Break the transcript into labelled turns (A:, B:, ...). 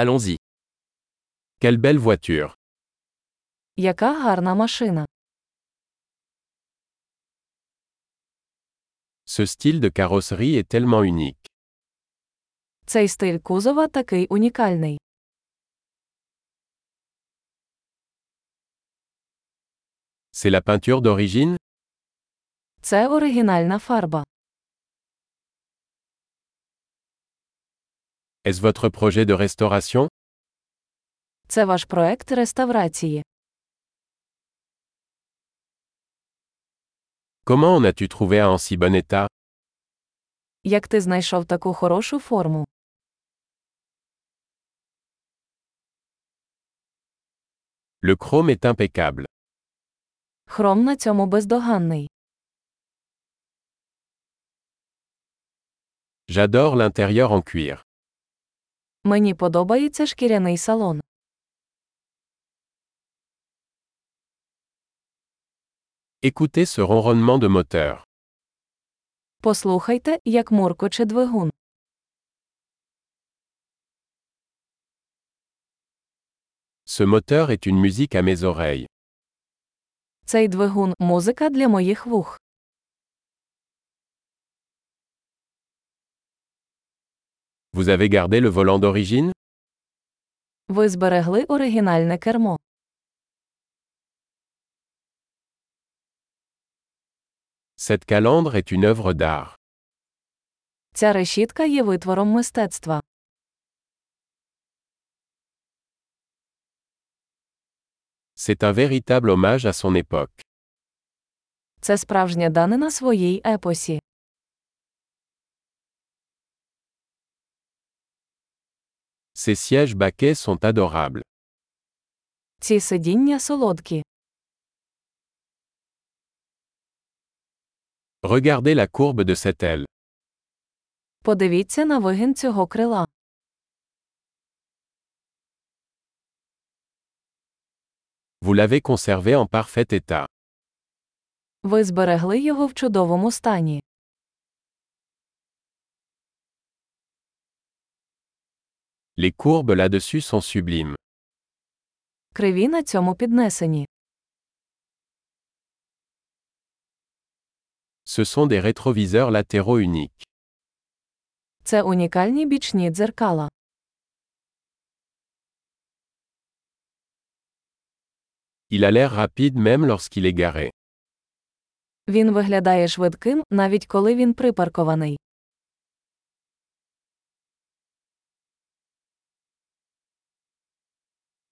A: Allons-y. Quelle belle voiture.
B: Яка гарна машина.
A: Ce style de carrosserie est tellement unique.
B: Цей стиль кузова такий унікальний.
A: C'est la peinture d'origine
B: Це оригінальна фарба.
A: Est-ce votre projet de restauration
B: Це ваш проект реставрації.
A: Comment en as-tu trouvé un en si bon état
B: Як ти знайшов таку хорошу форму?
A: Le chrome est impeccable.
B: Хром на цьому бездоганний.
A: J'adore l'intérieur en cuir.
B: Мені подобається шкіряний салон.
A: Écoutez ce ronronnement de moteur.
B: Послухайте, як муркоче двигун.
A: Ce moteur est une musique à mes oreilles.
B: Цей двигун музика для моїх вух.
A: Vous avez gardé le volant d'origine
B: Ви зберегли оригінальне кермо.
A: Cette calandre est une œuvre d'art.
B: Ця решітка є витвором мистецтва.
A: C'est un véritable hommage à son époque.
B: Це справжня данина своїй епосі.
A: Ces sièges baquets sont adorables.
B: Ці сидіння солодкі.
A: Regardez la courbe de cette aile.
B: Подивіться на вигін цього крила.
A: Vous l'avez conservé en parfait état.
B: Ви зберегли його в чудовому стані.
A: Les courbes là-dessus sont sublimes.
B: Криві на цьому піднесені.
A: Ce sont des rétroviseurs latéraux uniques.
B: Це унікальні бічні дзеркала.
A: Il a l'air rapide même lorsqu'il est garé.
B: Він виглядає швидким, навіть коли він припаркований.